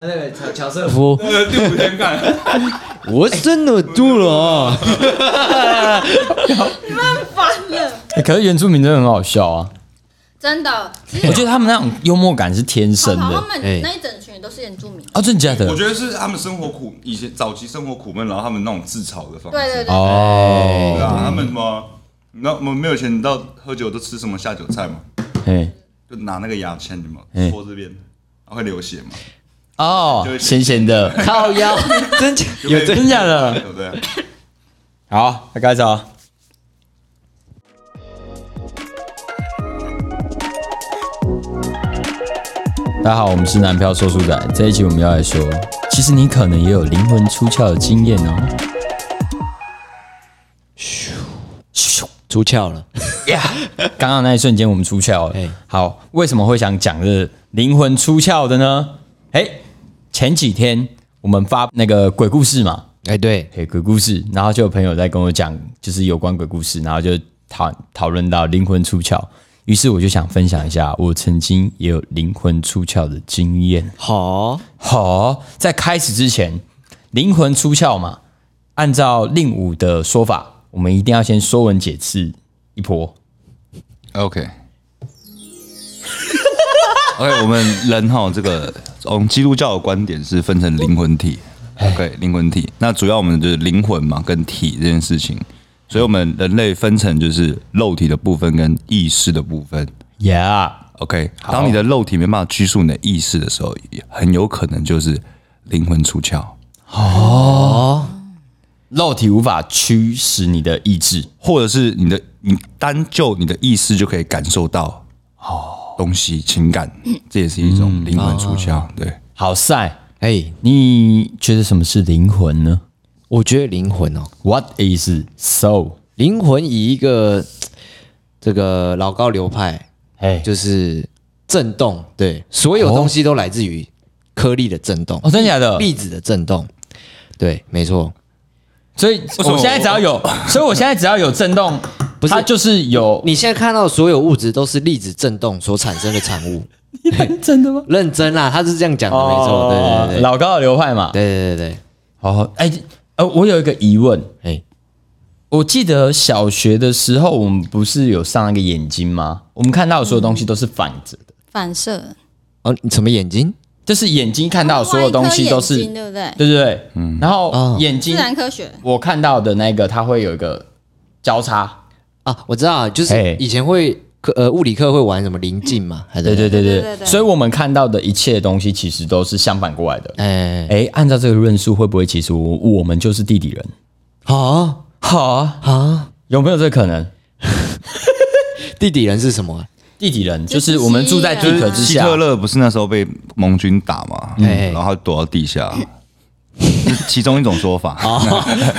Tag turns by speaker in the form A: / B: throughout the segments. A: 那个乔乔瑟夫，
B: 呃，第五天看，
A: 我真的住了哦。
C: 烦了，
D: 欸可是原住民真的很好笑啊！
C: 真的。其实
D: 我觉得他们那种幽默感是天生
C: 好好
D: 的
C: 哦他
A: 啊哎
C: 们那一整群都是原住民。
D: 啊，真的假的
B: 我？觉得是他们生活苦，以前早期生活苦闷，然后他们那种自嘲的方式。
C: 对对对，
D: 哦，
B: 对啊，他们什么，那我们没有钱，你知道喝酒都吃什么下酒菜吗？
D: 哎，
B: 就拿那个牙签，你们
D: 嗯
B: 戳这边，然后会流血嘛？
D: 哦，咸咸的，
A: 靠腰， 真假
B: 有这
D: 真假的？
B: 对不对？
D: 好，那开始啊！大家好，我们是南漂说书仔，这一集我们要来说，其实你可能也有灵魂出窍的经验哦。
A: 出窍了。
D: 刚刚那一瞬间我们出窍了
A: 哎。
D: 好，为什么会想讲这灵魂出窍的呢？哎，前几天我们发那个鬼故事嘛，
A: 哎，对，
D: 哎，鬼故事，然后就有朋友在跟我讲，就是有关鬼故事，然后就讨讨论到灵魂出窍，于是我就想分享一下我曾经也有灵魂出窍的经验。
A: 好，
D: 好、在开始之前，灵魂出窍嘛，按照令武的说法，我们一定要先说文解字一波。
B: OK。OK，我们人哈，这个从基督教的观点是分成灵魂体，OK，灵魂体。那主要我们就是灵魂嘛，跟体这件事情，所以我们人类分成就是肉体的部分跟意识的部分。
D: Yeah，
B: OK，当你的肉体没办法拘束你的意识的时候，也很有可能就是灵魂出窍，
D: 肉体无法驱使你的意志。
B: 或者是你的你单就你的意识就可以感受到哦东西情感，这也是一
D: 嗯
B: 种灵魂出
D: 啊
B: 窍。对，
D: 好赛，
A: 哎，
D: 你觉得什么是灵魂呢
A: 我觉得灵魂哦，
D: ？What is soul？
A: 灵魂以一个这个老高流派，
D: 哎，
A: 就
D: 就
A: 是震动，对，所有东西都来自于颗粒的震动，
D: 哦，真的假的？
A: 粒子的震动，对，没错，
D: 所以
B: 么
D: 我现在只要有，所以我现在只要有震动，
A: 不是
D: 它就是有
A: 你现在看到的所有物质都是粒子震动所产生的产 物，
D: 真的吗？
A: 认真啦，他是这样讲的，没错，
D: 哦
A: 对对对，
D: 老高的流派嘛。
A: 对对对
D: 哦，哎，呃，我有一个疑问，
A: 对，哎，
D: 我记得小学的时候，我们不是有上那个眼睛吗？我们看到的所有东西都是反着的，
C: 反射，
A: 哦，你什么眼睛？
D: 就是眼睛看到的所有东西都是，
C: 哦他们画一颗眼睛
D: 对
C: 对不对？
D: 不对？嗯。然后
A: 哦
D: 眼
C: 自
D: 睛
C: 然科学，
D: 我看到的那个，它会有一个交叉。
A: 啊，我知道，就是
D: 嘿
A: 以前会课呃物理课会玩什么临近嘛，还是
D: 对对对
C: 对对
D: 对
C: 对对
D: 所以我们看到的一切东西其实都是相反过来的。
A: 哎，
D: 哎，按照这个论述，会不会其实我我们就是地底人？
A: 好啊
D: 好啊，
A: 好啊，
D: 有没有这可能？
A: 地底人是什么？
D: 地底人就
C: 就是
D: 是我们住在地
C: 蜥蜴
D: 壳
C: 人啊
D: 之
B: 希
D: 下，
B: 特勒不是那时候被盟军打嘛，
A: 哎
B: 然后他躲到地下， 这是其中一种 说法。
D: 哦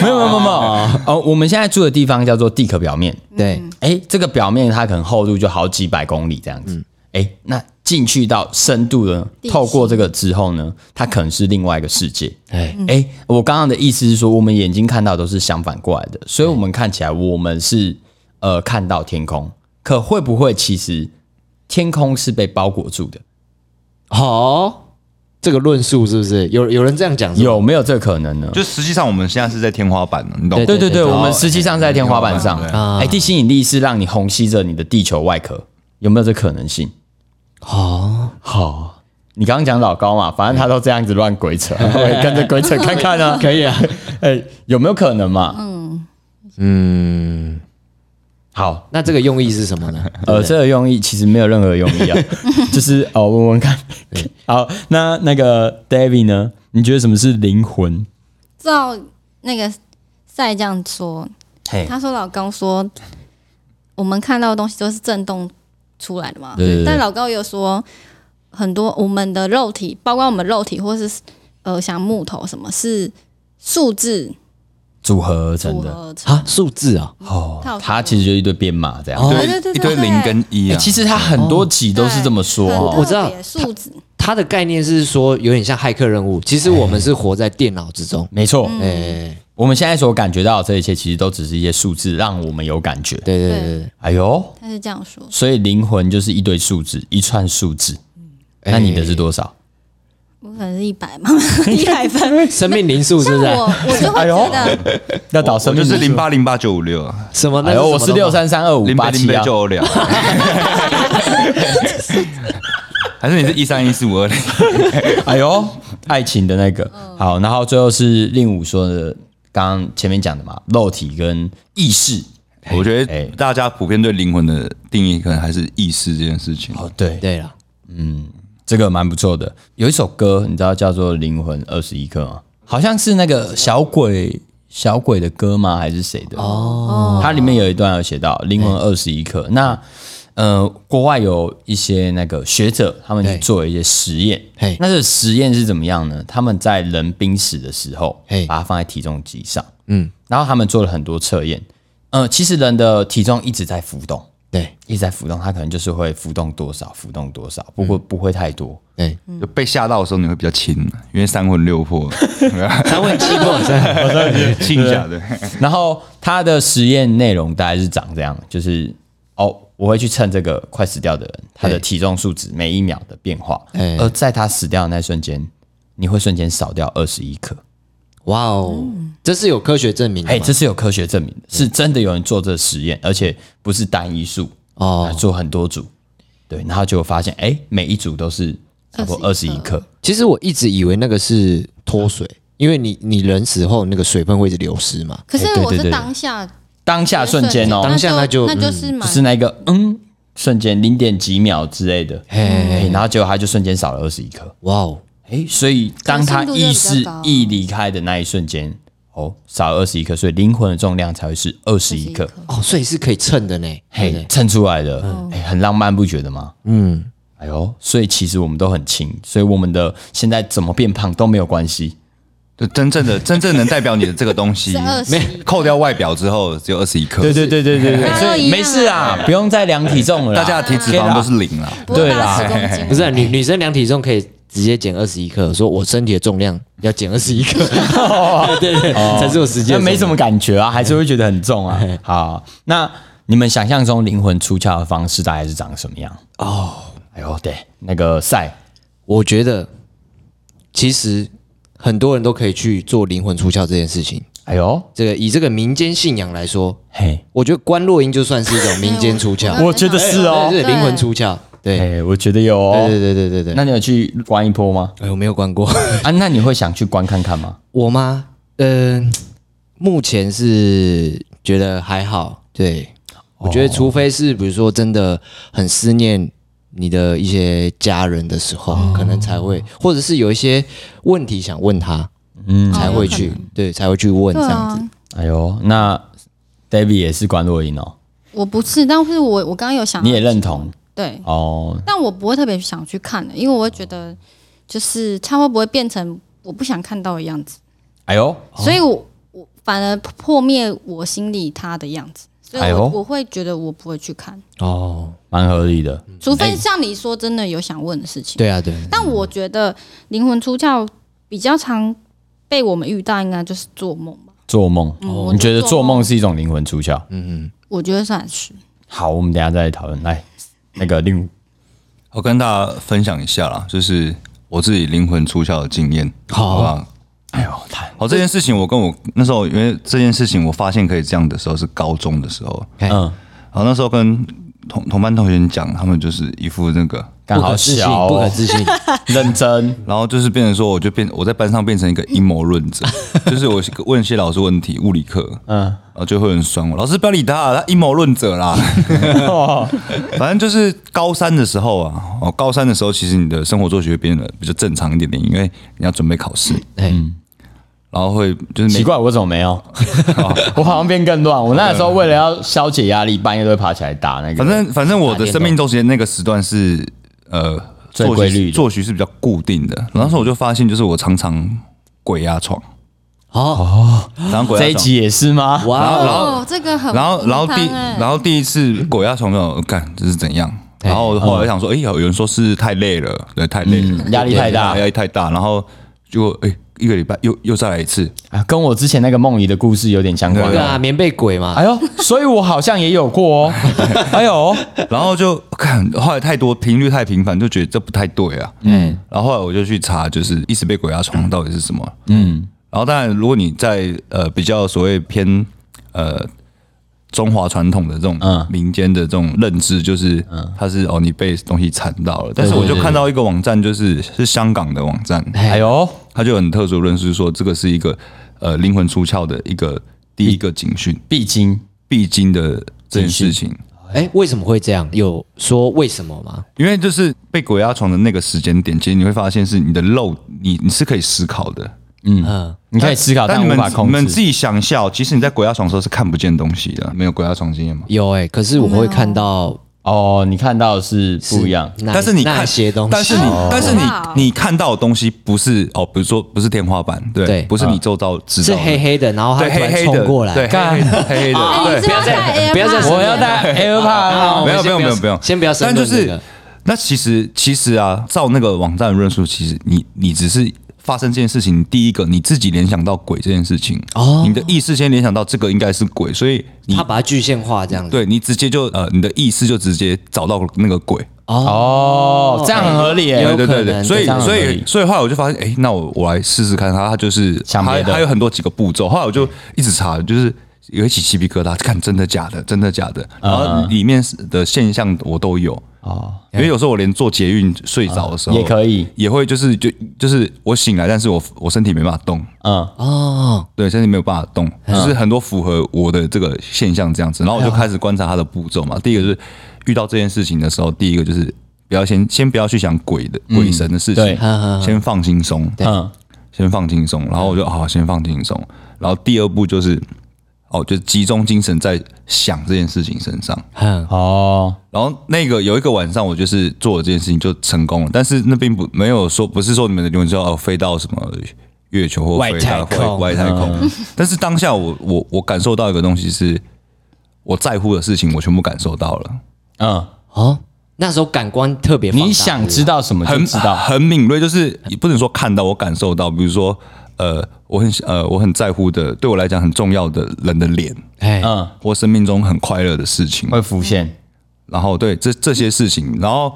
D: 没有没有没有没有哦，我们现在住的地方叫做地壳表面。
C: 嗯
A: 对，
D: 哎，这个表面它可能厚度就好几百公里这样
B: 嗯
D: 子。哎，那进去到深度呢
C: 地，心
D: 透过这个之后呢，它可能是另外一个世界。
A: 哎，
D: 哎、我刚刚的意思是说，我们眼睛看到都是相反过来的，所以我们看起来我们是呃看到天空，可会不会其实天空是被包裹住的？
A: 好，哦这个论述是不是有有人这样讲？是吗，
D: 有没有这可能呢？
B: 就实际上我们现在是在天花板了，你懂吗？
D: 对对
A: 对
D: 对，我们实际上是在天花板上。
B: 天花
A: 板
D: 哎、地心引力是让你虹吸着你的地球外壳，有没有这可能性？
A: 好，
D: 好。你刚刚讲老高嘛，反正他都这样子乱鬼 扯，我也跟着鬼扯看看啊，可以啊，哎、有没有可能嘛？嗯
A: 嗯，
D: 好，
A: 那这个用意是什么 呢？
D: 呃，这个用意其实没有任何用 意啊，就是哦，问问看。好，那那个 David 呢？你觉得什么是灵魂？
C: 照那个赛这样说，
D: 嘿，
C: 他说老高说，我们看到的东西都是震动出来的嘛。
D: 对对对
C: 但老高有说，很多我们的肉体，包括我们肉体或是呃像木头什么，是数字
D: 组合而
C: 组
D: 成的
C: 合而成。
A: 啊，数字啊，
D: 哦
C: 有，
D: 它其实就一堆编码这样。
A: 哦
C: 对对对
B: 一堆零跟一
D: 欸
B: 啊，
D: 其实它很多集都是这么说
C: 对
D: 哦。
C: 很
A: 我知道
C: 特别数字
A: 它的概念是说有点像骇客任务，其实我们是活在电脑之
C: 嗯
A: 中。
D: 没错，
A: 哎，
D: 嗯我们现在所感觉到的这一切，其实都只是一些数字，让我们有感觉。
A: 对对对对，
D: 哎呦，
C: 他是这样说，
D: 所以灵魂就是一堆数字，一串数字。
A: 哎
D: 那你的是多少？
C: 我可能是一百嘛， 一百 分。
A: 生命灵数是
C: 像
A: 不是？
C: 我，我就
D: 哎
C: 会觉得，
D: 要导生
B: 我
D: 命
B: 就是
D: 指数
B: 零。八零八九五六啊，
A: 什么？那
D: 哎呦，
A: 什么
D: 我是六三三二五
B: 零八
D: 八
B: 零
D: 七
B: 八
D: 啊，
B: 九五六， 还是你是一三一四五二零？
D: 哎呦，爱情的那个好，然后最后是令武说的，刚刚前面讲的嘛，肉体跟意识。
B: 我觉
D: 哎
B: 得大家普遍对灵魂的定义，可能还是意识这件事情。
D: 哦，对，
A: 对了，
D: 这个蛮不错的。有一首歌，你知道叫做《灵魂二十一课》吗？好像是那个小鬼小鬼的歌吗？还是谁的？哦，它里面有一段有写到《灵魂二十一
A: 哦
D: 课》。那呃，国外有一些那个学者，他们去
A: 对
D: 做了一些实验
A: 嘿。
D: 那这个实验是怎么样呢？他们在人濒死的时候
A: 嘿，
D: 把它放在体重机上，嗯，然后他们做了很多测验。呃，其实人的体重一直在浮动，
A: 对
D: 一直在浮动，它可能就是会浮动多少，浮动多少，
A: 嗯
D: 不过不会太多。
A: 对，
C: 嗯
B: 就被吓到的时候，你会比较轻，啊因为三魂六 魄，
A: 三问七 过三，
B: 轻一下的。
D: 然后他的实验内容大概是长这样，就是哦，我会去称这个快死掉的人他的体重数值每一秒的变化，
A: 哎
D: 而在他死掉的那瞬间，你会瞬间少掉二十一克。
A: 哇哦，
C: 嗯
A: 这是有科学证明的
D: 哎，
A: 吗
D: 这是有科学证明的，是真的有人做这个实验，而且不是单一数，
A: 哦
D: 哦，做很多组，对，然后就发现，哎，每一组都是差不多二十一克，
A: 其实我一直以为那个是脱水，因为你你人死后那个水分会一直流失嘛。
C: 可是
D: 哎对对
C: 我
D: 对
C: 是
D: 对
C: 当下
D: 当下瞬间哦，
A: 当下
C: 那
A: 那
C: 那
A: 就
C: 就是
D: 就
C: 蛮
D: 是那个嗯，瞬间零点几秒之类的，哎，然后结果他就瞬间少了二十一克。
A: 哇哦，
D: 诶，所以当他意识一离开的那一瞬间，哦，少了二十一克，所以灵魂的重量才会是二十一克，
A: 哦，所以是可以称的呢。
D: 嘿，称出来的，
B: 嗯
D: 哎，很浪漫，不觉得吗？嗯，哎呦，所以其实我们都很轻，所以我们的现在怎么变胖都没有关系，
B: 就真正的、真正能代表你的这个东西
C: 是，21
B: 扣掉外表之后，只有二十一克。
D: 对对对对对对，
C: 大家都
D: 所以
C: 一样啊
D: 没事 啊，不用再量体重了啦，
B: 大家的体脂肪都是零啦。
C: 不会
D: 对
C: 八
D: 啦
C: 十公斤，
A: 不是啊、女女生量体重可以直接减二十一克，说我身体的重量要减二十一克， 哦对对对，才是我实际的重
D: 哦那
A: 量。
D: 没什么感觉啊，还是会觉得很重啊。好，那你们想象中灵魂出窍的方式大概是长什么样？哦，哎呦，对，那个赛，
A: 我觉得其实很多人都可以去做灵魂出窍这件事情。
D: 哎呦，
A: 这个以这个民间信仰来说，
D: 嘿，
A: 我觉得观落音就算是一种民间出 窍，
D: 我觉得是哦
A: 对对，灵魂出窍，对
D: 哎，我觉得有哦。
A: 对对对对对对。
D: 那你有去关一波吗？
A: 哎，我没有关过，
D: 啊，那你会想去关看看吗？
A: 我吗？嗯、目前是觉得还好，对。
D: 哦
A: 我觉得，除非是比如说真的很思念你的一些家人的时候，
D: 哦
A: 可能才会，或者是有一些问题想问他，
D: 嗯，
A: 才会去，对，才会去问这
C: 对
A: 样子。
C: 啊，
D: 哎呦，那 David 也是关洛音哦，
C: 我不是，但是我我刚刚有想，
D: 你也认同
C: 对，
D: 哦？
C: 但我不会特别想去看的，因为我会觉得就是它会不会变成我不想看到的样子，
D: 哎呦，
C: 所以我我反而破灭我心里它的样子，所
D: 哎
C: 以
D: 呦
C: 我我会觉得我不会去看，
A: 哦，
D: 蛮合理的。
C: 除非像你说真的有想问的事情。
A: 对啊，对，
C: 但我觉得灵魂出窍比较常被我们遇到，应该就是做梦吧。
D: 做梦，
C: 我
D: 你觉得
C: 做
D: 做
C: 梦
D: 梦是一种灵魂出窍？
C: 我觉得算是，
D: 好，我们等一下再来讨论。来，那个令武，
B: 我跟大家分享一下啦，就是我自己灵魂出窍的经验，
A: 好
B: 好吧？
D: 哎呦，太
B: 好，这件事情我跟我那时候，因为这件事情我发现可以这样的时候是高中的时候，
D: 嗯，
B: 然后那时候跟同同班同学讲，他们就是一副那个，
D: 刚
A: 不可
D: 好
A: 置信，
D: 小、
A: 不可
D: 哦，
A: 置信。
D: 认真，
B: 然后就是变成说，我就变我在班上变成一个阴谋论 者，就是我问一些老师问题，物理课，嗯，然后就会有人酸我，老师不要理他啊，他阴谋论 者啦。
D: 哦
B: 反正就是高三的时候啊，哦，高三的时候其实你的生活作息会变得比较正常一点点，因为你要准备考试，
A: 哎，
B: 然后会就是
D: 嗯奇
B: 每
D: 怪，我怎么没有？ 我好像变更乱。我那时候为了要消解压力，半夜都会爬起来打那个。
B: 反正反正我的生命周期的那个时段是呃
D: 最规律的
B: 作息是比较固定的。然后那时候我就发现，就是我常常鬼压床，
A: 好，
B: 常常鬼压
D: 哦这
B: 床。
D: 一集也是吗？
A: 哇哦，
C: 哦，这个很
B: 然后，然后
C: 很
B: 第，
C: 胖欸
B: 然后第一次鬼压床的时候，干这是怎样？
A: 哎
B: 然后后来想说，哎，有有人说是太累了，对，太累了，
D: 压力太大
B: 对压力太大。然后就哎，一个礼拜又又再来一次，
D: 啊，跟我之前那个梦遗的故事有点相关
A: 对啊，
D: 哦。
A: 棉被鬼嘛，
D: 哎呦，所以我好像也有过 哦。哎呦，
B: 然后就看后来太多频率太频繁，就觉得这不太对啊。嗯，然后后来我就去查，就是一直被鬼压床到底是什么。嗯，然后当然，如果你在呃比较所谓偏呃中华传统的这种
D: 嗯
B: 民间的这种认知，就是它是哦你被东西缠到了。但是我就看到一个网站，就是是香港的网站，
D: 哎呦，
B: 它就有很特殊的论述说这个是一个呃灵魂出窍的一个第一个警讯
D: 必经
B: 必经的这件事情。
A: 哎，为什么会这样？有说为什么吗？
B: 因为就是被鬼压床的那个时间点，其实你会发现是你的肉，你你是可以思考的，
A: 嗯，
D: 你可以思考，
B: 但
D: 啊但
B: 你
D: 无
B: 们
D: 法
B: 你
D: 控
B: 们自
D: 制。
B: 己想象，其实你在鬼压床的时候是看不见东西的。没有鬼压床经验吗？
A: 有哎，可是我会看到
D: 哦，你看到的是不一 样。
A: 那，
B: 但是你
A: 那
B: 看
A: 些东西，
B: 但是你
D: 哦
B: 但是
C: 哇
B: 你你看到的东西不是哦，比如说不是天花板，对，
A: 对
B: 不是你周遭知
A: 是
B: 道的，
A: 黑黑的，然后它
B: 对
A: 突
B: 黑
A: 然
B: 黑
A: 冲
B: 的，
A: 过来，
B: 对黑黑的黑黑的，对
C: 哎，你。是要带 AirPod？
A: 不要再
D: 我要带 AirPod
A: 好
D: 哦
B: 没有
A: 我们
B: 没
A: 先不
B: 有没
A: 要
B: 有没有，
A: 先不要深
B: 但
A: 论
B: 就
A: 这
B: 是
A: 个，
B: 那其实其实啊，照那个网站的论述，其实你你只是发生这件事情，第一个你自己联想到鬼这件事情，
A: 哦
B: 你的意识先联想到这个应该是鬼，所以你
A: 他把它具现化这样子，
B: 对你直接就呃你的意识就直接找到那个鬼，
D: 哦，这样很合理耶。
A: 有
B: 对
A: 可
B: 对
A: 能
B: 对，所以
D: 这样很
B: 所
D: 合
B: 以
D: 理
B: 所以后来我就发现，哎，那我我来试试看它，它就是
D: 想
B: 还
D: 别的嗯
B: 还有很多几个步骤，后来我就一直查，就是。有一起鸡皮疙瘩，看真的假的，真的假的，然后里面的现象我都有，
D: 嗯哦，
B: 因为有时候我连坐捷运睡着的时候、
D: 也可以，
B: 也会就是就就是我醒来，但是我我身体没办法动，
D: 嗯，
A: 哦，
B: 对，身体没有办法动，就是很多符合我的这个现象这样子。然后我就开始观察它的步骤嘛。第一个就是遇到这件事情的时候，第一个就是不要先先不要去想鬼的鬼神的事
D: 对
B: 情，
A: 呵呵
B: 先放轻松，
D: 嗯，
B: 先放轻松。然后我就好、先放轻松。然后第二步就是哦，就集中精神在想这件事情身上。
A: 哼，
D: 哦，
B: 然后那个有一个晚上，我就是做了这件事情就成功了，但是那并不没有说不是说你们的灵魂就要飞到什么月球或
A: 外
B: 飞到
A: 太空
B: 外太
D: 嗯
B: 空，但是当下我我我感受到一个东西是，我在乎的事情我全部感受到了，
D: 嗯，
A: 哦，那时候感官特别放大，
D: 你想知道什么就
B: 很
D: 知 道。
B: 很敏锐，就是也不能说看到我感受到，比如说呃我很呃我很在乎的，对我来讲很重要的人的脸，
A: 哎，
D: 嗯，
B: 或生命中很快乐的事情，
D: 会浮现。
B: 然后对这这些事情，然后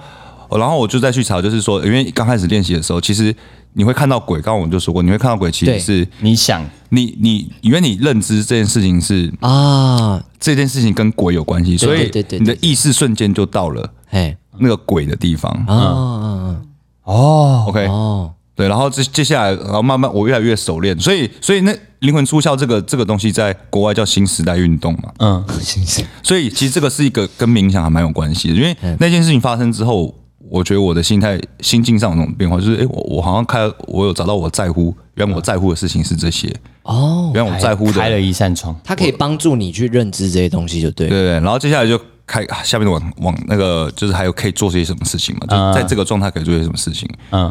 B: 然后我就再去查，就是说，因为刚开始练习的时候，其实你会看到鬼，刚刚我们就说过，你会看到鬼，其
A: 对
B: 实是
D: 你想，
B: 你你因为你认知这件事情是
A: 啊，
B: 这件事情跟鬼有关系，所以
A: 对对对对
B: 你的意识瞬间就到了
A: 哎，
B: 那个鬼的地方。
A: 哦哦
D: 哦，
B: OK，
A: 哦哦，
B: 对，然后接接下来，然后慢慢我越来越熟练，所以所以那灵魂出窍这个这个东西，在国外叫新时代运动嘛，
D: 嗯，
A: 行行，
B: 所以其实这个是一个跟冥想还蛮有关系的，因为
D: 嗯
B: 那件事情发生之后，我觉得我的心态、心境上有那种变化，就是诶，我我好像开，我有找到我在乎，原来我在乎的事情是这些，
A: 哦，
B: 原来我在乎的，
D: 开了
B: 对
D: 一扇窗。
A: 它可以帮助你去认知这些东西，就对
B: 对
A: 了，
B: 对。然后接下来就开下面的往往那个，就是还有可以做些什么事情嘛？就在这个状态可以做些什么事情？
D: 嗯，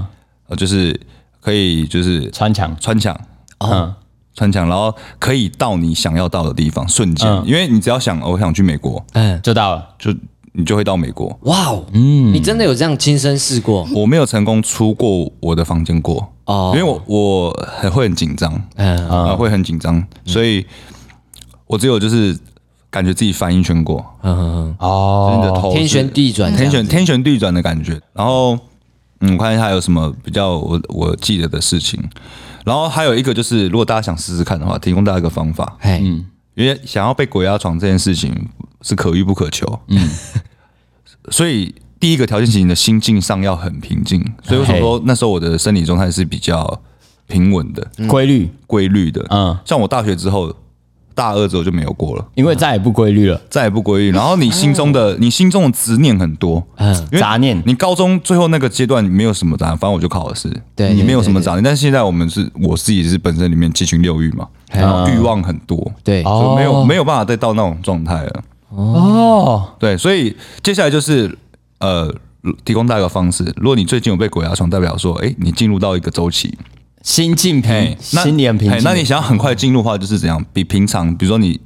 B: 呃，就是可以就是
D: 穿墙。
B: 穿墙，
D: 嗯，
B: 穿墙，然后可以到你想要到的地方，瞬
D: 嗯
B: 间，因为你只要想，哦我想去美国，
A: 嗯，
D: 就到了。
B: 就你就会到美国。
A: 哇哦，嗯，你真的有这样亲身试过？
B: 我没有成功出过我的房间过
A: 哦
B: 哦，因为我我很会很紧张，
A: 嗯，
B: 啊、会很紧张，所以我只有就是感觉自己翻一圈过，
A: 嗯，
B: 就是你的
D: 哦，
B: 头是
A: 天旋地转这
B: 天
A: 样子，
B: 旋天旋地转的感觉。然后，嗯，我看一下还有什么比较我我记得的事情。然后还有一个就是，如果大家想试试看的话，提供大家一个方法，
A: 哎，
B: 因为想要被鬼压床这件事情是可遇不可求，嗯， 所以第一个条件是你的心境上要很平静，所以我想说那时候我的生理状态是比较平稳的、
A: 嗯
D: 规律。
B: 规律的，
D: 嗯
B: 嗯，像我大学之后，大二之后就没有过了，
D: 因为再也不规律了。
B: 再也不规律，然后你心中的你心中的执念很多，
A: 哦嗯，
B: 因为
D: 杂念
B: 你高中最后那个阶段没有什么杂念，反正我就考的是，
A: 对
B: 你
A: 对
B: 没有
A: 对
B: 什么
A: 对
B: 杂念，但是现在我们是我自己是本身里面七情六欲嘛，
A: 哎
B: 然后欲望很多，
A: 对，
D: 哦
B: 就没有没有办法再到那种状态了。
D: 哦，
B: 对，所以接下来就是呃，提供大家一个方式。如果你最近有被鬼压床，代表说，哎、你进入到一个周期，
D: 心境平，
B: 那
D: 心理很平
B: 嘿
D: 静。
B: 那你想要很快进入的话，就是怎样？比平常，比如说你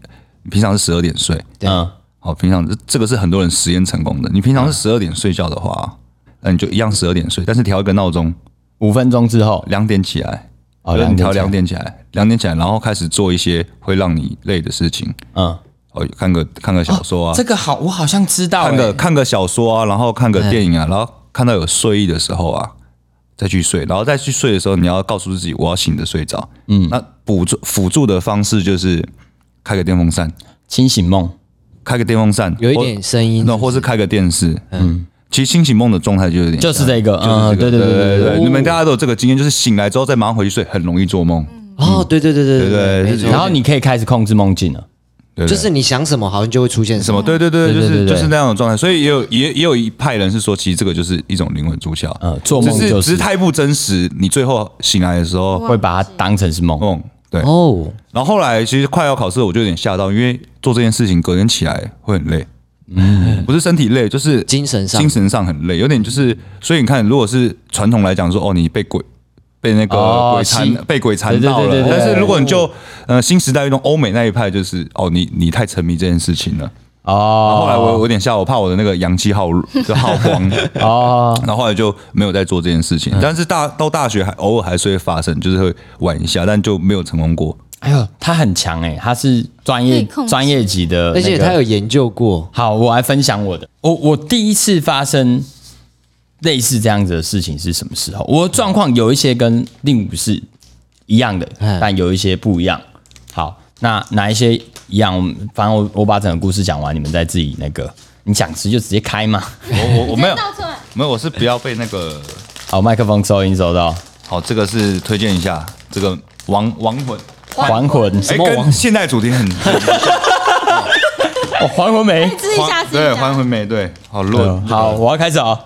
B: 你平常是十二点睡，
D: 嗯，
B: 好，平常这这个是很多人实验成功的。你平常是十二点睡觉的话，那你就一样十二点睡，但是调一个闹钟，
D: 五分钟之后
B: 两点起来，
D: 哦
B: 就是你调两
D: 两
B: 点起来，两点起来，然后开始做一些会让你累的事情。
D: 嗯，
B: 哦，看个看个小说啊，
D: 这个好，我好像知道、
B: 看个
D: 欸，
B: 看个小说啊，然后看个电影啊，然后看到有睡意的时候啊，再去睡，然后再去睡的时候，你要告诉自己我要醒着睡着。嗯，那辅助辅助的方式就是开个电风扇，
D: 清醒梦，
B: 开个电风扇，
A: 有一
B: 或
A: 点声音
B: 那或是开个电视。嗯，其实清醒梦的状态就有点
D: 就是
B: 像
D: 这个，嗯，对
B: 这个
D: 对
B: 对
D: 对
B: 你们大家都有这个经验，就是醒来之后再马上回去睡，很容易做梦。
D: 嗯
A: 哦，对对对对
B: 对对
A: 没错
D: 然后你可以开始控制梦境了，
B: 对
A: 就
B: 对
A: 是你想什么，好像就会出现
B: 什
A: 什么。
B: 么？对对对，
D: 对
B: 就
D: 对
B: 是
D: 对对
B: 就是那样的状态。所以也有也也有一派人是说，其实这个就是一种灵魂出窍。
D: 嗯，做
B: 只
D: 梦
B: 是
D: 就
B: 只
D: 是
B: 是太不真实，你最后醒来的时候，
D: 会把它当成是梦，
B: 嗯，对。
A: 哦，
B: 然后后来其实快要考试，我就有点吓到，因为做这件事情隔天起来会很累，嗯，不是身体累，就是
A: 精神上
B: 精神上很累，有点就是，所以你看，如果是传统来讲说，哦，你被鬼。被那个
D: 哦
B: 鬼缠
D: 吸，
B: 被鬼缠到
D: 对
B: 了
D: 对。对对
B: 但
D: 对
B: 是如果你就呃新时代运动欧美那一派，就是哦，你你太沉迷这件事情了。后来
D: 哦
B: 我我有点吓，我怕我的那个阳气耗就耗光。
D: 哦，嗯
B: 然后后来就没有再做这件事情。但是大到大学还偶尔还是会发生，就是会玩一下，但就没有成功 过。
D: 哎呦，他很强哎、他是专
C: 可
D: 业
C: 以控制
D: 专业级的、
A: 而且他有研究过，
D: 好，我来分享我的。我我第一次发生类似这样子的事情是什么时候？我的状况有一些跟令武是一样的，
A: 嗯
D: 但有一些不一样。好，那哪一些一样？我们反正我我把整个故事讲完，你们再自己那个，你想吃就直接开嘛。
B: 我我我没有
C: 哎倒出来，
B: 没有，我是不要被那个。
D: 好，麦克风收音收到，
B: 好，这个是推荐一下这个亡亡魂，
D: 还魂，
B: 哎，
A: 么
B: 跟
A: 亡
B: 现代主题很
D: 哦，还魂没？
C: 自己下
B: 还
C: 自己
B: 对，
C: 下
B: 还魂没对，好
D: 对啊
B: 论
D: 好，我要开始哦。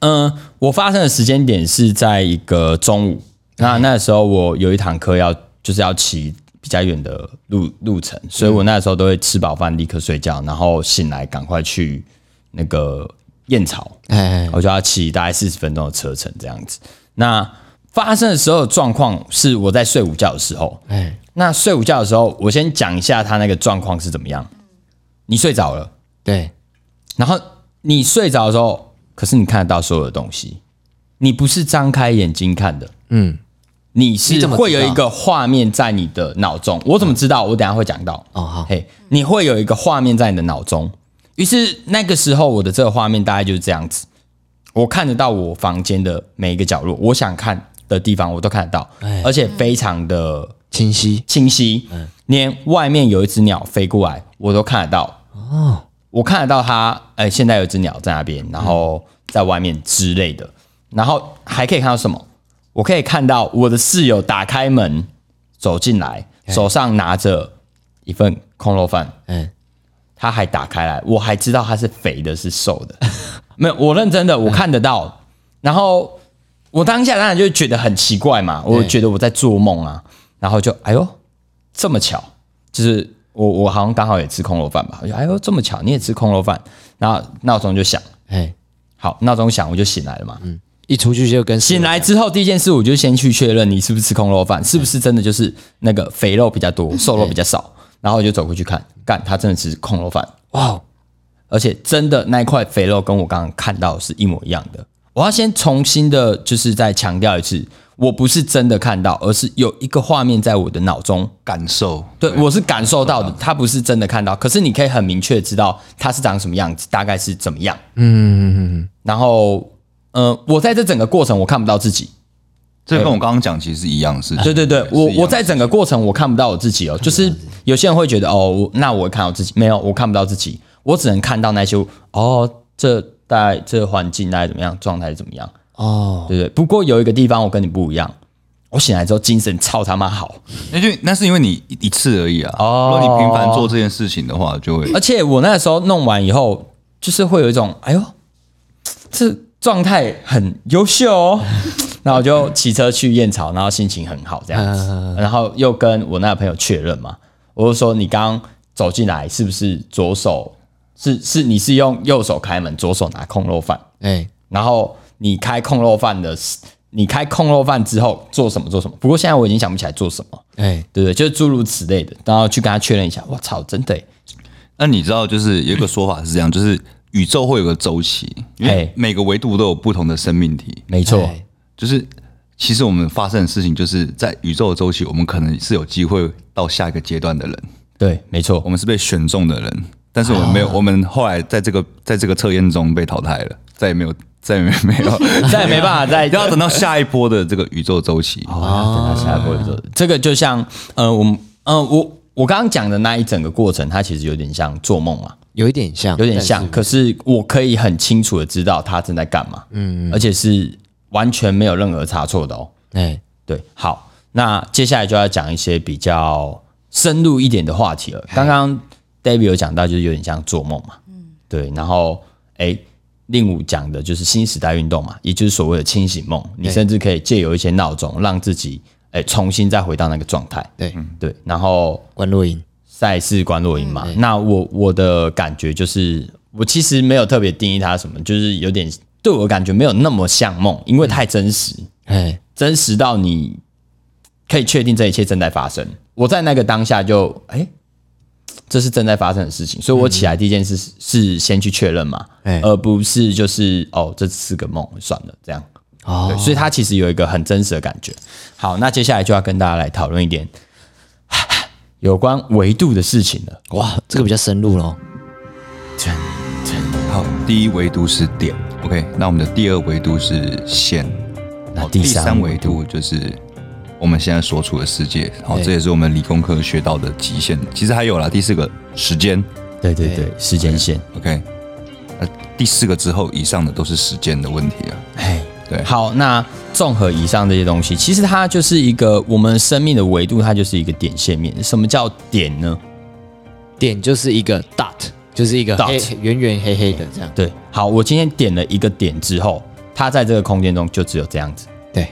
D: 嗯、我发生的时间点是在一个中午，那那时候我有一堂课要就是要骑比较远的路路程，所以我那时候都会吃饱饭立刻睡觉，然后醒来赶快去那个燕巢，
A: 哎，
D: 我就要骑大概四十分钟的车程这样子。那发生的时候的状况是我在睡午觉的时候，
A: 哎，
D: 那睡午觉的时候，我先讲一下他那个状况是怎么样。你睡着了。
A: 对，
D: 然后你睡着的时候，可是你看得到所有的东西，你不是张开眼睛看的，嗯，你
A: 你
D: 是
A: 怎么知道
D: 会有一个画面在你的脑中。我怎么知道？我等一下会讲到。
A: 哦好，
D: 嘿，你会有一个画面在你的脑中。于是那个时候，我的这个画面大概就是这样子，我看得到我房间的每一个角落，我想看的地方我都看得到，
A: 哎
D: 而且非常的
A: 清晰，
D: 清晰，连外面有一只鸟飞过来，我都看得到。哦，我看得到它，哎，现在有一只鸟在那边，然后在外面之类的，然后还可以看到什么？我可以看到我的室友打开门走进来，手上拿着一份空肉饭，
A: 哎，
D: 他还打开来，我还知道他是肥的，是瘦的。 没有，我认真的，我看得到。然后我当下当然就觉得很奇怪嘛，我觉得我在做梦啊。然后就哎呦，这么巧，就是我我好像刚好也吃空肉饭吧。我就哎呦，这么巧，你也吃空肉饭。然后闹钟就响，
A: 哎，
D: 好，闹钟响我就醒来了嘛。
A: 一出去就跟
D: 醒来之后，第一件事我就先去确认你是不是吃空肉饭，是不是真的就是那个肥肉比较多，瘦肉比较少。然后我就走过去看，干，他真的吃空肉饭。
A: 哇，哦
D: 而且真的那一块肥肉跟我刚刚看到的是一模一样的。我要先重新的，就是再强调一次，我不是真的看到，而是有一个画面在我的脑中，
B: 感受。
D: 对嗯我是感受到的，它不是真的看到，可是你可以很明确知道它是长什么样子，大概是怎么样。嗯然后，呃，我在这整个过程我看不到自己，
B: 这跟我刚刚讲其实是一样的事情。
D: 对对对，
B: 是一
D: 我
B: 样的
D: 我在整个过程我看不到我自己哦，就是有些人会觉得哦，我那我会看到自己，没有，我看不到自己，我只能看到那些哦，这大概这环境大概怎么样，状态怎么样，
A: 哦，
D: 对不对？不过有一个地方我跟你不一样，我醒来之后精神超他妈好，
B: 那就那是因为你一一次而已啊。
D: 哦
B: 如果你频繁做这件事情的话，就会
D: 而且我那时候弄完以后，就是会有一种哎呦，这状态很优秀哦。 然后我就骑车去燕巢，然后心情很好这样子，然后又跟我那个朋友确认嘛，我就说你刚走进来是不是左手是是你是用右手开门，左手拿空肉饭，
A: 哎，
D: 然后你开空肉饭的，你开空肉饭之后做什么做什么？不过现在我已经想不起来做什么，
A: 哎，
D: 对不对？就是诸如此类的，然后去跟他确认一下，我操，真的耶欸
B: 那你知道，就是有一个说法是这样，就是宇宙会有个周期，因为
D: 哎
B: 每个维度都有不同的生命体。
D: 没错。
A: 哎
B: 就是其实我们发生的事情，就是在宇宙的周期，我们可能是有机会到下一个阶段的人，
D: 对，没错
B: 我，们是被选中的人，但是我们没有，我们后来在这个在这个测验中被淘汰了，再也没有，再也没没有，
D: 再也没办法再
B: 要等到下一波的这个宇宙周期。
D: 哦，等到下一波宇宙，这个就像呃，我们呃，我我刚刚讲的那一整个过程，它其实有点像做梦啊，
A: 有一点像，
D: 有点
A: 但
D: 像，可是我可以很清楚的知道他正在干嘛，嗯，而且是完全没有任何差错的哦。
A: 哎，
D: 对，好，那接下来就要讲一些比较深入一点的话题了。刚刚 David 有讲到，就是有点像做梦嘛，嗯，对。然后，哎，令武讲的就是新时代运动嘛，也就是所谓的清醒梦。你甚至可以借由一些闹钟，让自己哎重新再回到那个状态。
A: 对，
D: 对，然后
A: 关若英，
D: 赛事观落营嘛。那我我的感觉就是，我其实没有特别定义它什么，就是有点对我的感觉没有那么像梦，因为太真实。
A: 哎，
D: 真实到你可以确定这一切正在发生。我在那个当下就，哎、这是正在发生的事情，所以我起来第一件事是是先去确认嘛，
A: 哎
D: 而不是就是哦，这是个梦，算了这样。
A: 哦
D: 对，所以它其实有一个很真实的感觉。好，那接下来就要跟大家来讨论一点 有关维度的事情了。
A: 哇，这个比较深入咯。
B: 好，第一维度是点，OK，那我们的第二维度是线，
D: 那
B: 好
D: 第三
B: 三
D: 维
B: 维度就是我们现在所处的世界，好，
A: 对
B: 这也是我们理工科学到的极限。其实还有啦，第四个时间
D: 对对对，时间线。
B: ，OK，那第四个之后以上的都是时间的问题啊。
D: 哎，
B: 对
D: 好，那综合以上这些东西，其实它就是一个我们生命的维度，它就是一个点线面。什么叫点呢？
A: 点就是一个 dot，就是一个
D: dot
A: 黑圆圆黑黑的这样。
D: 对，好，我今天点了一个点之后，它在这个空间中就只有这样子。
A: 对，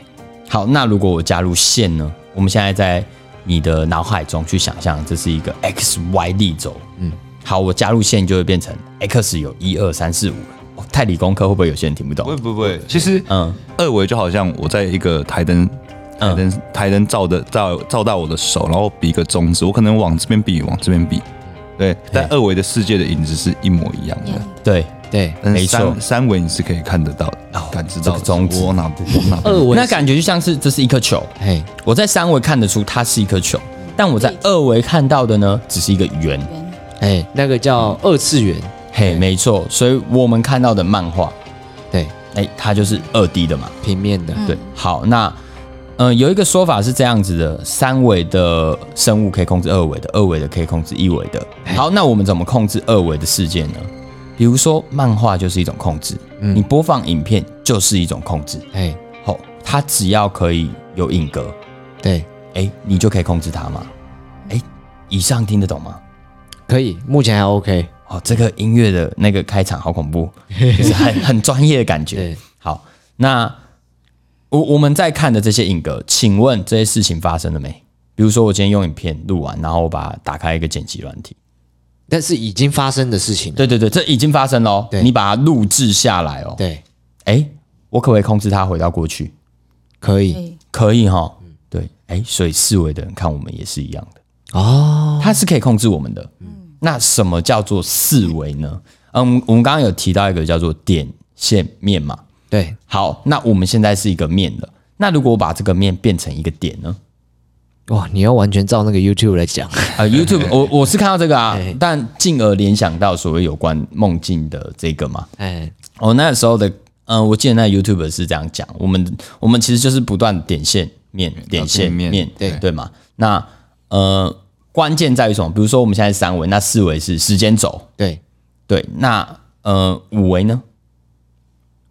D: 好，那如果我加入线呢？我们现在在你的脑海中去想象，这是一个 x y 立轴。嗯，好，我加入线就会变成 x 有一二三四五。哦，太理工科会不会有些人听不
B: 不会
D: 懂？
B: 不会，其实
D: 嗯
B: 嗯，二维就好像我在一个台灯。台灯台灯照的照照到我的手，然后比一个中指，我可能往这边比，往这边比，对。但二维的世界的影子是一模一样的，
D: 对，
A: 对，
B: 但
D: 没
B: 是
D: 错
B: 嗯三三维你是可以看得到的、
D: 哦
B: 感知到
D: 这
B: 的
D: 个中指
B: 我哪我哪
A: 二维
D: 那感觉就像是这是一颗球。
A: 嘿，
D: 我在三维看得出它是一颗球，但我在二维看到的呢，只是一个圆。
A: 哎，那个叫二次元，
D: 嘿，没错，所以我们看到的漫画，
A: 对，
D: 哎、它就是二 D 的嘛。
A: 平面的，
D: 对，好，那嗯、呃有一个说法是这样子的：三维的生物可以控制二维的，二维的可以控制一维的。好，那我们怎么控制二维的世界呢？比如说，漫画就是一种控制，你播放影片就是一种控制。
A: 哎，
D: 好，它只要可以有影格，
A: 对，
D: 哎，你就可以控制它嘛。哎，以上听得懂吗？
A: 可以，目前还 OK。
D: 哦，这个音乐的那个开场好恐 怖，就是很很专业的感觉
A: 对。
D: 好，那我我们在看的这些影格，请问这些事情发生了没？比如说，我今天用影片录完，然后我把它打开一个剪辑软体，
A: 但是已经发生的事情了，
D: 对对对，这已经发生了哦，
A: 对
D: 你把它录制下来哦。
A: 对，
D: 哎，我可不可以控制它回到过去？
A: 可以
D: 可以哈、哦，
A: 嗯
D: 对，哎，所以四维的人看我们也是一样的。
A: 哦，嗯
D: 它是可以控制我们的。那什么叫做四维呢？嗯，我们刚刚有提到一个叫做点、线、面嘛。
A: 对，
D: 好，那我们现在是一个面了。那如果我把这个面变成一个点呢？
A: 哇，你要完全照那个 YouTube 来讲，
D: 呃，YouTube，我我是看到这个啊，但进而联想到所谓有关梦境的这个嘛。
A: 哎，
D: 哦，那时候的，嗯、我记得那 YouTube 是这样讲，我们我们其实就是不断点线面点线面
B: 面
D: 对对嘛。那呃，关键在于什么？比如说我们现在是三维，那四维是时间轴，
A: 对，
D: 对，那呃，五维呢？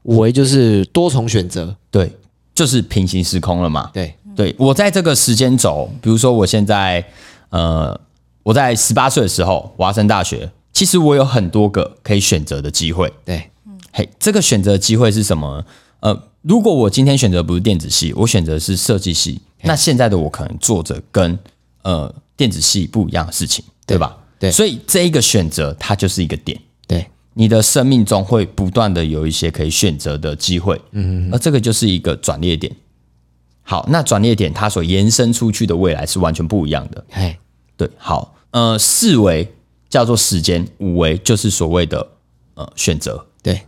A: 五维就是多重选择，
D: 对，就是平行时空了嘛。
A: 对，
D: 对，我在这个时间轴，比如说我现在呃，我在十八岁的时候，我要升大学，其实我有很多个可以选择的机会。
A: 对，
D: 嘿，这个选择机会是什么呢？呃，如果我今天选择不是电子系，我选择是设计系，那现在的我可能做着跟呃电子系不一样的事情，对
A: 对
D: 吧？
A: 对
D: 所以这一个选择它就是一个点。
A: 对，
D: 你的生命中会不断的有一些可以选择的机会，嗯，而这个就是一个转捩点。好，那转捩点它所延伸出去的未来是完全不一样的。
A: 哎，
D: 对，好，呃，四维叫做时间，五维就是所谓的呃选择，
A: 对，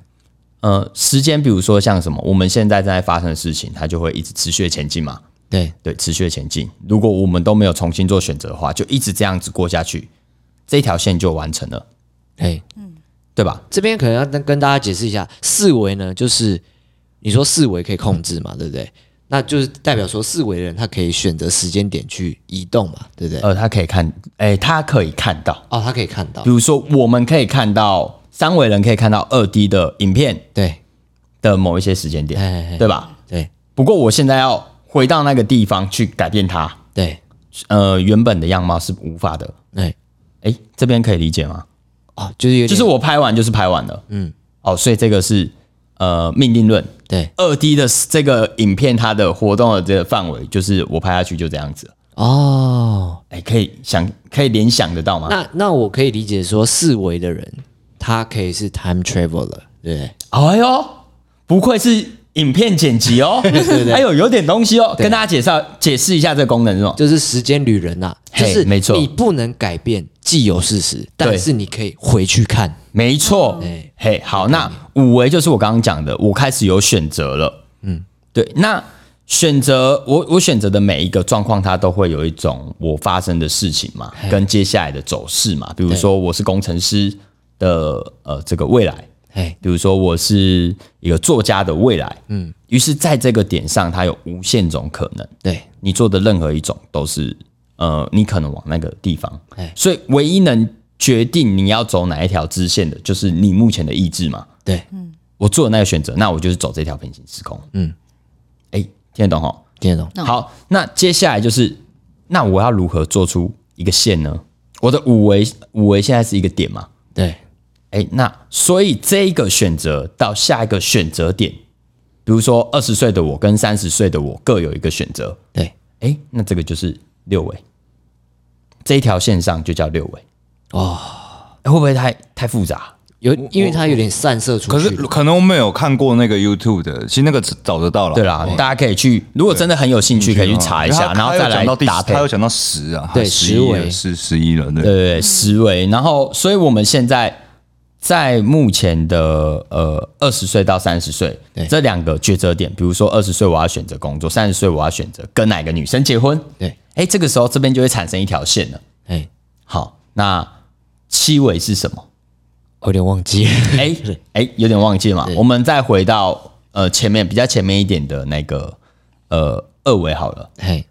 D: 呃，时间，比如说像什么，我们现在正在发生的事情，它就会一直持续地前进嘛。
A: 对，
D: 对，持续地前进。如果我们都没有重新做选择的话，就一直这样子过下去，这条线就完成了，
A: 哎，
D: 对吧？
A: 这边可能要跟跟大家解释一下，四维呢，就是你说四维可以控制嘛，对不对？那就是代表说四维的人他可以选择时间点去移动嘛，对不对？
D: 呃，他可以看，哎，他可以看到，
A: 哦，他可以看到
D: 比，如说我们可以看到三维人可以看到二 D 的影片
A: 对，
D: 的某一些时间点，
A: 哎，
D: 对吧？
A: 对
D: 不过我现在要回到那个地方去改变它，
A: 对，
D: 呃，原本的样貌是无法的。
A: 哎，
D: 哎，这边可以理解吗？
A: 哦，就是有点，
D: 就是我拍完就是拍完了，嗯，哦，所以这个是呃命定论。
A: 对，
D: 二 D 的这个影片，它的活动的这个范围，就是我拍下去就这样子。
A: 哦，
D: 哎，可以想，可以联想得到吗？
A: 那那我可以理解说四维的人他可以是 time traveler，对不对？
D: 哎呦，不愧是影片剪辑 哦，哎呦，有点东西哦。跟大家介绍解释一下这个功能是什么？
A: 就是时间旅人呐、就
D: 嘿
A: 是
D: 没错
A: 你不能改变既有事实，但
D: 对
A: 是你可以回去看，
D: 没错，嘿，好，那五维就是我刚刚讲的，我开始有选择了，嗯，对，那选择我我选择的每一个状况，它都会有一种我发生的事情嘛，跟接下来的走势嘛，比如说我是工程师的呃这个未来，
A: 哎，
D: 比如说我是一个作家的未来，嗯，于是在这个点上，它有无限种可能，
A: 对，
D: 你做的任何一种都是呃，你可能往那个地方
A: 哎，
D: 所以唯一能决定你要走哪一条支线的，就是你目前的意志嘛。
A: 对，
D: 我做了那个选择，那我就是走这条平行时空。嗯，哎、听得懂哈？
A: 听得懂？
D: 好，那接下来就是，那我要如何做出一个线呢？我的五维五维现在是一个点嘛？
A: 对，
D: 哎，那所以这一个选择到下一个选择点，比如说二十岁的我跟三十岁的我各有一个选择，
A: 对，
D: 哎，那这个就是六维，这一条线上就叫六维哦，诶会不会太太复杂？
A: 有，因为它有点散射出
B: 可
A: 去，
B: 是可能我没有看过那个 YouTube 的，其实那个找得到了。
D: 对啦，大家可以去，如果真的很有兴趣，可以去查一下，然后再来
B: 到第
D: 搭配
B: 他。有讲到十啊，
A: 对
B: 十
A: 十
B: 一
A: 维
B: 了是十一了，对，
D: 对，十维。然后，所以我们现在在目前的呃二十岁到三十岁
A: 对
D: 这两个抉择点，比如说二十岁我要选择工作，三十岁我要选择跟哪个女生结婚。
A: 对，
D: 哎，这个时候这边就会产生一条线了。
A: 哎，
D: 好，那七维是什么？
A: 我有点忘记了，
D: 哎哎，有点忘记了嘛。我们再回到呃前面比较前面一点的那个呃二维好了。
A: 哎，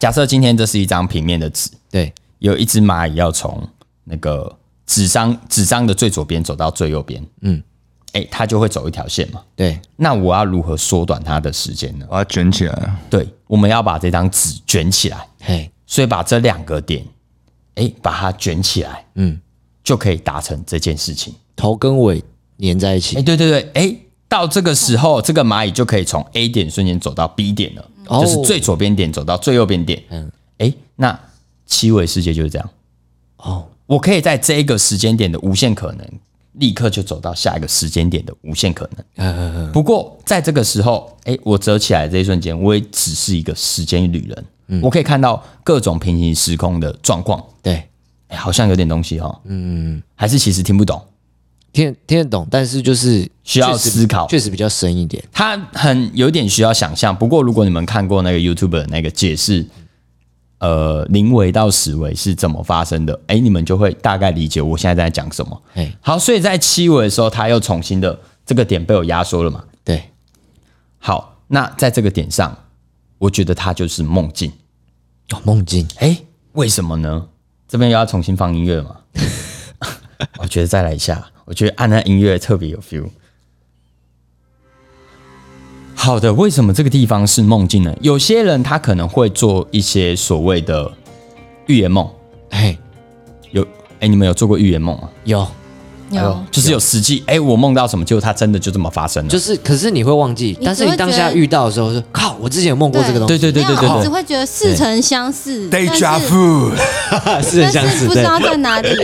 D: 假设今天这是一张平面的纸，
A: 对，
D: 有一只蚂蚁要从那个纸张纸张的最左边走到最右边，嗯，哎、它就会走一条线嘛。
A: 对，
D: 那我要如何缩短它的时间呢？
B: 把它卷起来。
D: 对，我们要把这张纸卷起来，
A: 嘿，
D: 所以把这两个点，哎、把它卷起来，嗯，就可以达成这件事情。
A: 头跟尾粘在一起
D: 哎、，对对对，哎、到这个时候，这个蚂蚁就可以从 A 点瞬间走到 B 点了，
A: 哦
D: 就是最左边点走到最右边点。嗯，哎、那七维世界就是这样。
A: 哦，
D: 我可以在这一个时间点的无限可能，立刻就走到下一个时间点的无限可能。不过在这个时候，哎、我折起来的这一瞬间，我也只是一个时间旅人。我可以看到各种平行时空的状况、
A: 对，
D: 哎好像有点东西哦。嗯，还是其实听不懂，
A: 听得听得懂，但是就是
D: 需要
A: 确实
D: 思考
A: 确实比较深一点，
D: 它很有点需要想象。不过如果你们看过那个 YouTube 的那个解释，呃，零维到十维是怎么发生的，哎、你们就会大概理解我现在在讲什么。
A: 哎，
D: 好，所以在七维的时候，它又重新的这个点被我压缩了嘛。
A: 对，
D: 好，那在这个点上，我觉得它就是梦境。
A: 哦，梦境，
D: 哎，为什么呢？这边又要重新放音乐嘛？ 我觉得再来一下，我觉得按那音乐特别有 feel。好的，为什么这个地方是梦境呢？有些人他可能会做一些所谓的预言梦，
A: 哎，
D: 有哎，你们有做过预言梦吗？
A: 有，
C: 有，
D: 就是有实际哎，我梦到什么，结果它真的就这么发生了。
A: 就是可是你会忘记，
C: 只
A: 但是你
C: 会
A: 当
C: 觉
A: 下
C: 得
A: 遇到的时候说，靠，我之前有梦过这个东
D: 对
A: 西，
D: 对对对对
C: 没有哦
D: 对
C: 只，会觉得似曾相识，但
B: Deja
C: 是
B: vu，
A: 对，是很
C: 但
A: 相
C: 是
A: 似，
C: 不
A: 对
C: 知。道在哪里。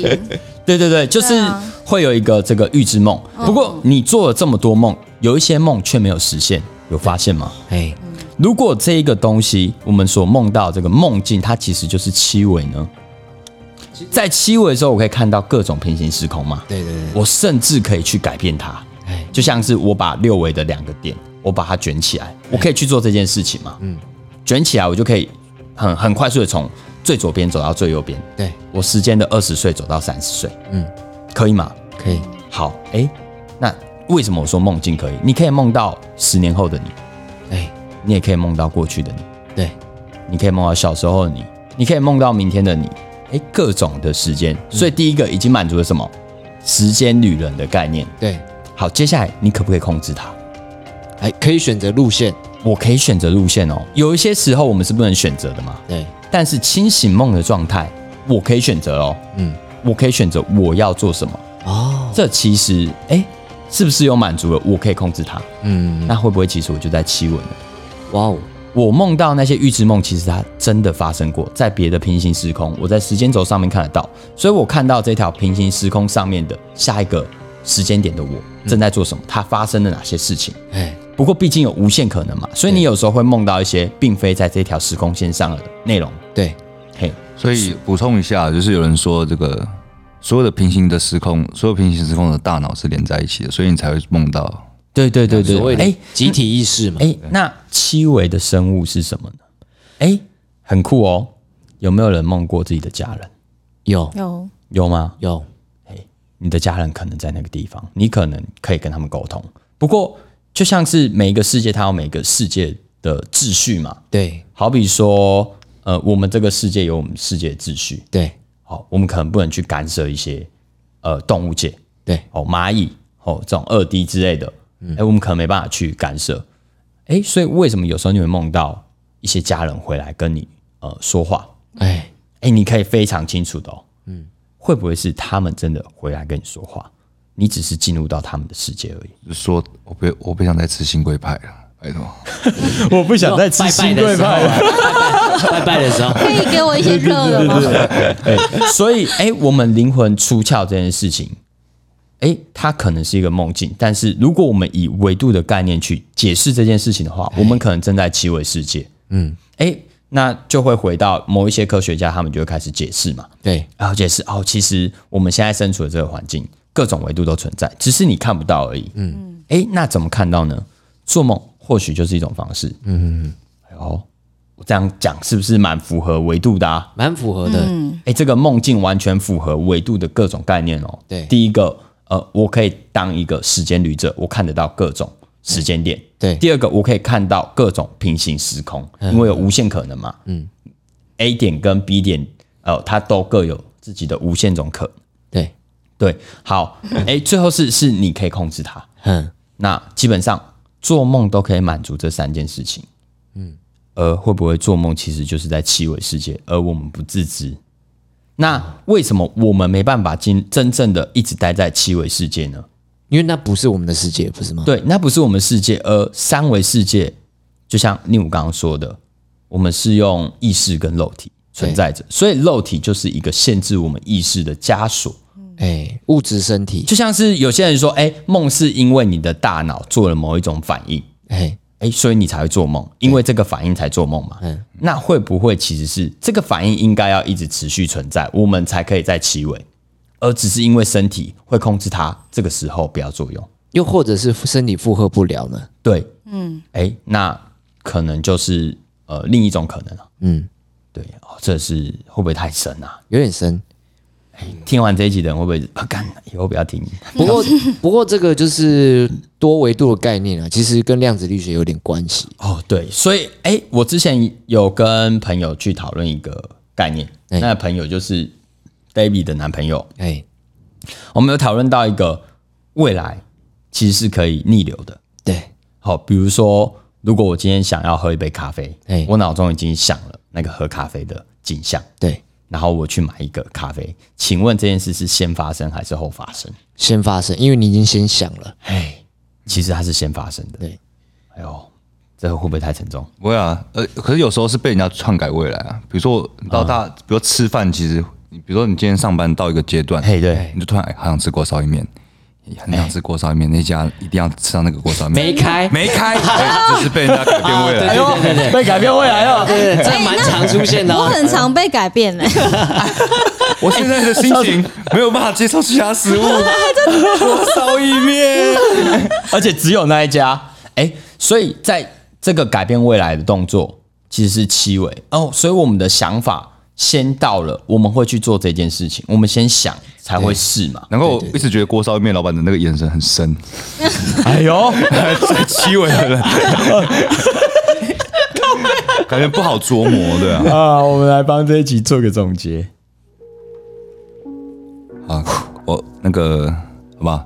D: 对对对，就是
C: 对啊嗯
D: 会有一个这个预知梦。不过你做了这么多梦，有一些梦却没有实现，有发现吗？
A: 哎，
D: 如果这一个东西，我们所梦到这个梦境，它其实就是七维呢？在七维的时候，我可以看到各种平行时空嘛，
A: 对对对，
D: 我甚至可以去改变它。
A: 哎，
D: 就像是我把六维的两个点，我把它卷起来，我可以去做这件事情嘛？哎嗯，卷起来我就可以很很快速的从最左边走到最右边，
A: 对，
D: 我时间的二十岁走到三十岁，嗯，可以吗？
A: 可以，
D: 好，哎、那为什么我说梦境可以？你可以梦到十年后的你，
A: 哎，
D: 你也可以梦到过去的你，
A: 对，
D: 你可以梦到小时候的你，你可以梦到明天的你，哎，各种的时间。
A: 嗯
D: 所以第一个已经满足了什么？时间旅人的概念。
A: 对，
D: 好，接下来你可不可以控制它？
A: 还可以选择路线，
D: 我可以选择路线哦。有一些时候我们是不能选择的嘛，
A: 对，
D: 但是清醒梦的状态，我可以选择哦。
A: 嗯，
D: 我可以选择我要做什么。
A: 哦，
D: 这其实，哎，是不是有满足了？我可以控制它。
A: 嗯，
D: 那会不会其实我就在欺吻了？
A: 哇哦，
D: 我梦到那些预知梦，其实它真的发生过，在别的平行时空，我在时间轴上面看得到，所以我看到这条平行时空上面的下一个时间点的我正在做什么，它发生了哪些事情。
A: 哎，
D: 不过毕竟有无限可能嘛，所以你有时候会梦到一些并非在这条时空线上的内容。
A: 对，
D: 嘿，
B: 所以补充一下，就是有人说这个所有的平行的时空，所有平行时空的大脑是连在一起的，所以你才会梦到。
D: 对对对对
A: 所谓，的
D: 哎
A: 集体意识嘛，
D: 哎，那七维的生物是什么呢？哎，很酷哦，有没有人梦过自己的家人？
A: 有
C: 有
D: 有吗？
A: 有，
D: 你的家人可能在那个地方，你可能可以跟他们沟通。不过，就像是每一个世界，它有每个世界的秩序嘛。
A: 对
D: 好比说，呃，我们这个世界有我们世界的秩序，
A: 对
D: 好，我们可能不能去干涉一些呃动物界，
A: 对，嗯
D: 哦，蚂蚁，哦，这种二 D 之类的，哎、我们可能没办法去干涉。哎，所以为什么有时候你会梦到一些家人回来跟你呃说话？
A: 哎，
D: 哎、你可以非常清楚的哦，嗯，会不会是他们真的回来跟你说话，你只是进入到他们的世界而已？
B: 就说我不我不想再吃新贵派了，拜托。
D: 我不想再
A: 拜拜的时候啊，拜拜拜拜的时候，
C: 可以给我一些乐的吗？
D: 所以， 哎、我们灵魂出窍这件事情，哎、它可能是一个梦境，但是如果我们以维度的概念去解释这件事情的话，我们可能正在七维世界。嗯，哎、那就会回到某一些科学家，他们就会开始解释嘛，
A: 对
D: 然后解释哦，其实我们现在身处的这个环境，各种维度都存在，只是你看不到而已。嗯，哎、那怎么看到呢？做梦或许就是一种方式。嗯，哎呦，我这样讲是不是蛮符合维度的啊？
A: 蛮符合的，
D: 哎，这个梦境完全符合维度的各种概念哦。
A: 对
D: 第一个，呃，我可以当一个时间旅者，我看得到各种时间点。
A: 对
D: 第二个，我可以看到各种平行时空，因为有无限可能嘛。嗯，A 点跟 B 点，呃，它都各有自己的无限种可能。
A: 对，
D: 对，好， 哎，最后是是你可以控制它。
A: 嗯，
D: 那基本上做梦都可以满足这三件事情。嗯，而会不会做梦其实就是在七维世界，而我们不自知。那为什么我们没办法进真正的一直待在七维世界呢？
A: 因为那不是我们的世界，不是吗？
D: 对，那不是我们世界，而三维世界，就像宁武刚刚说的，我们是用意识跟肉体存在着，所以肉体就是一个限制我们意识的枷锁。
A: 哎，物质身体，
D: 就像是有些人说，哎、梦是因为你的大脑做了某一种反应，
A: 哎，
D: 哎，所以你才会做梦，因为这个反应才做梦嘛。
A: 嗯
D: 那会不会其实是这个反应应该要一直持续存在，我们才可以在七尾，而只是因为身体会控制它，这个时候不要作用。
A: 又或者是身体负荷不了呢？
D: 对，嗯，哎，那可能就是呃另一种可能了。
A: 嗯，
D: 对，哦，这是会不会太深啊？
A: 有点深。
D: 听完这一集的人会不会啊？干，以后不要听。
A: 不过， 不过这个就是多维度的概念啊，其实跟量子力学有点关系。
D: 哦，对，所以哎，我之前有跟朋友去讨论一个概念，
A: 哎
D: 那朋友就是 David 的男朋友。
A: 哎，
D: 我们有讨论到一个未来其实是可以逆流的。
A: 对，
D: 好，比如说，如果我今天想要喝一杯咖啡，
A: 哎
D: 我脑中已经想了那个喝咖啡的景象，
A: 对，
D: 然后我去买一个咖啡，请问这件事是先发生还是后发生？
A: 先发生，因为你已经先想了。
D: 哎，其实它是先发生的。
A: 对，
D: 哎呦，这会不会太沉重？
B: 不会啊，呃，可是有时候是被人家篡改未来啊。比如说你到大，比如说吃饭，其实，比如说你今天上班到一个阶段，
D: 嘿，对，
B: 你就突然哎好想吃锅烧意面，很想吃锅烧面，那家一定要吃到那个锅烧面。
A: 没开，
B: 没开，哎只是被人家改变哎味
D: 哎
A: 啊
B: 了。
A: 对对对对
D: 被改变未来啊了。
A: 对，这蛮常出现的
C: 我
A: 哦。
C: 很常被改变嘞、
B: 我现在的心情没有办法接受其他食物，锅烧意面。
D: 而且只有那一家。哎、所以在这个改变未来的动作其实是七维哦，所以我们的想法先到了，我们会去做这件事情，我们先想才会试嘛。
B: 然后我一直觉得锅烧意面老板的那个眼神很深，
D: 哎呦，
B: 最欺伪的人， 感觉不好琢磨，对啊。
D: 啊，我们来帮这一集做个总结。
B: 啊，我那个好吧，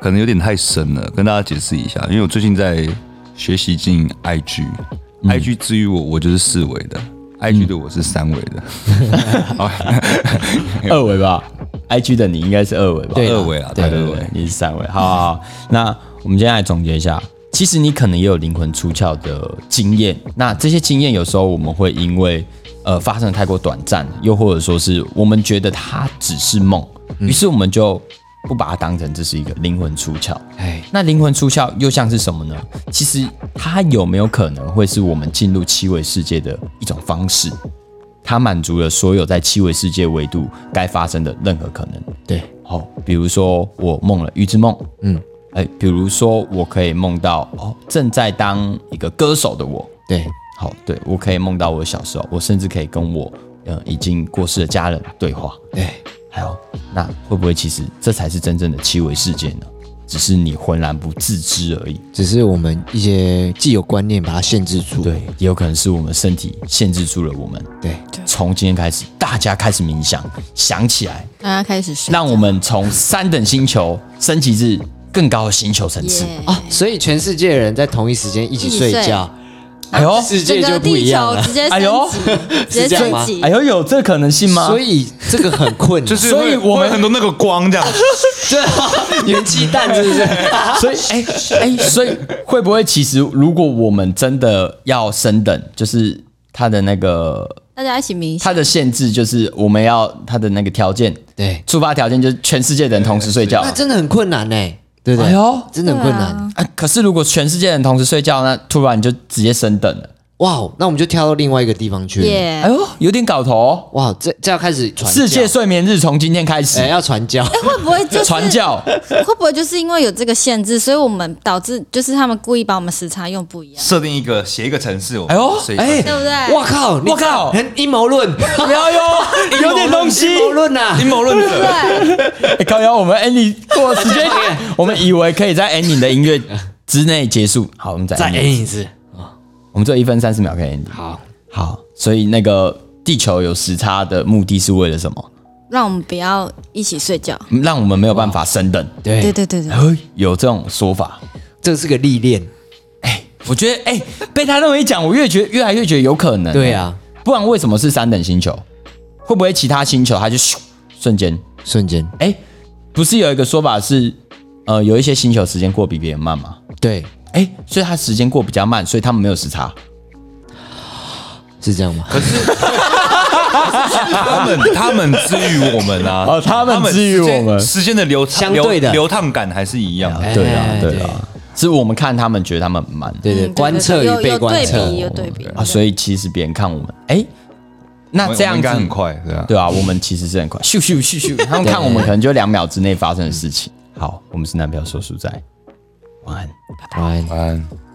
B: 可能有点太深了，跟大家解释一下，因为我最近在学习经营 IG，IG、IG
D: 嗯
B: 至于我，我就是四维的，IG 对我是三维的，
D: 二维吧，IG 的你应该是二维吧？
A: 对
B: 二维啊，对
D: 对
B: 对
D: 对
B: 对
D: 对，，你是三维。好好好，那我们今天来总结一下，其实你可能也有灵魂出窍的经验，那这些经验有时候我们会因为呃发生得太过短暂，又或者说是我们觉得它只是梦，于是我们就不把它当成这是一个灵魂出窍。
A: 哎，
D: 那灵魂出窍又像是什么呢？其实它有没有可能会是我们进入七维世界的一种方式？它满足了所有在七维世界维度该发生的任何可能。
A: 对，
D: 哦，比如说我梦了预知梦，嗯，哎，比如说我可以梦到哦，正在当一个歌手的我，
A: 对，
D: 好，对我可以梦到我小时候，我甚至可以跟我呃已经过世的家人对话，
A: 对，
D: 还有，那会不会其实这才是真正的七维世界呢？只是你浑然不自知而已。
A: 只是我们一些既有观念把它限制住。
D: 对，也有可能是我们身体限制住了我们。
A: 对，
D: 从今天开始，大家开始冥想，想起来，
C: 大家开始睡觉，
D: 让我们从三等星球升级至更高的星球层次。
C: 耶
A: 啊，所以全世界人在同一时间一起睡
C: 一起
A: 觉，
D: 哎呦，
A: 世界就
C: 整个
A: 不一
C: 地
A: 样
C: 球
A: 了。
C: 直接
D: 哎呦
C: 升级，直
A: 是这
C: 接
A: 样吗
C: 升级
D: 哎。呦，有这可能性吗？
A: 所以这个很 困难，
B: 就是
D: 所以
B: 会
D: 我们
B: 会很多那个光这样，
A: 对 啊，元气弹是不是？
D: 所以，哎、哎、所以会不会其实，如果我们真的要升等，就是它的那个
C: 大家一起冥想
D: 它，的限制，就是我们要它的那个条件，
A: 对，
D: 出发条件就是全世界的人同时睡觉
A: 啊那。真的很困难呢，对不对？
D: 哎呦
A: 真的很困
C: 对
A: 难
C: 啊。
D: 啊、可是如果全世界的人同时睡觉，那突然就直接升等了。
A: 哇哦，那我们就跳到另外一个地方去了。
C: 耶
D: 哎！呦，有点搞头、哦。
A: 哇，这这要开始传教
D: 世界睡眠日从今天开始，
A: 哎要传 教，
C: 会不会就是
D: 传 教。
C: 会不会就是因为有这个限制，所以我们导致就是他们故意把我们时差用不一样，
B: 设定一个写一个城市，我
D: 哎呦，哎、
C: 对不对？
A: 哇靠，你
D: 我靠
A: 很阴谋论，
D: 不要哟，有点东西
A: 阴。谋论啊呐
B: 阴。谋论者，
C: 对，
D: 欸、高瑶，我们 ending 过时间， 我们以为可以在 ending 的音乐之内结束。好，我们再
A: 再
D: ending
A: N 一次，
D: 我们只有一分三十秒可以 ending。
A: 好，
D: 好，所以那个地球有时差的目的是为了什么？
C: 让我们不要一起睡觉。
D: 让我们没有办法升等。
C: 对
A: 对，
C: 对对对，
D: 哎有这种说法？
A: 这是个历练，
D: 我觉得，哎、被他那么一讲，我越觉得越来越觉得有可能、
A: 对啊，
D: 不然为什么是三等星球？会不会其他星球它就咻瞬间？
A: 瞬间，
D: 哎、不是有一个说法是，呃，有一些星球时间过比别人慢吗？
A: 对，
D: 哎、所以它时间过比较慢，所以他们没有时差。
A: 是这样吗？
B: 他 们他们之于我们啊，
D: 哦他们之于我们
B: 时间时间的流
A: 相对的
B: 流流淌感还是一样的。
A: 哎
D: 对啊，对啊，是我们看他们觉得他们慢，
A: 对对，
C: 嗯
A: 观测
C: 有
A: 与被
C: 有
A: 观
C: 对
A: 测，
C: 比，有对比
D: 啊，所以其实别人看我们，哎、那这
B: 我们
D: 样
B: 应
D: 子
B: 该很快，对啊。
D: 对啊，我们其实是很快，咻咻咻 咻，他们看我们可能就两秒之内发生的事情。好，我们是男票说书仔，晚安。
A: 晚安
B: 晚安。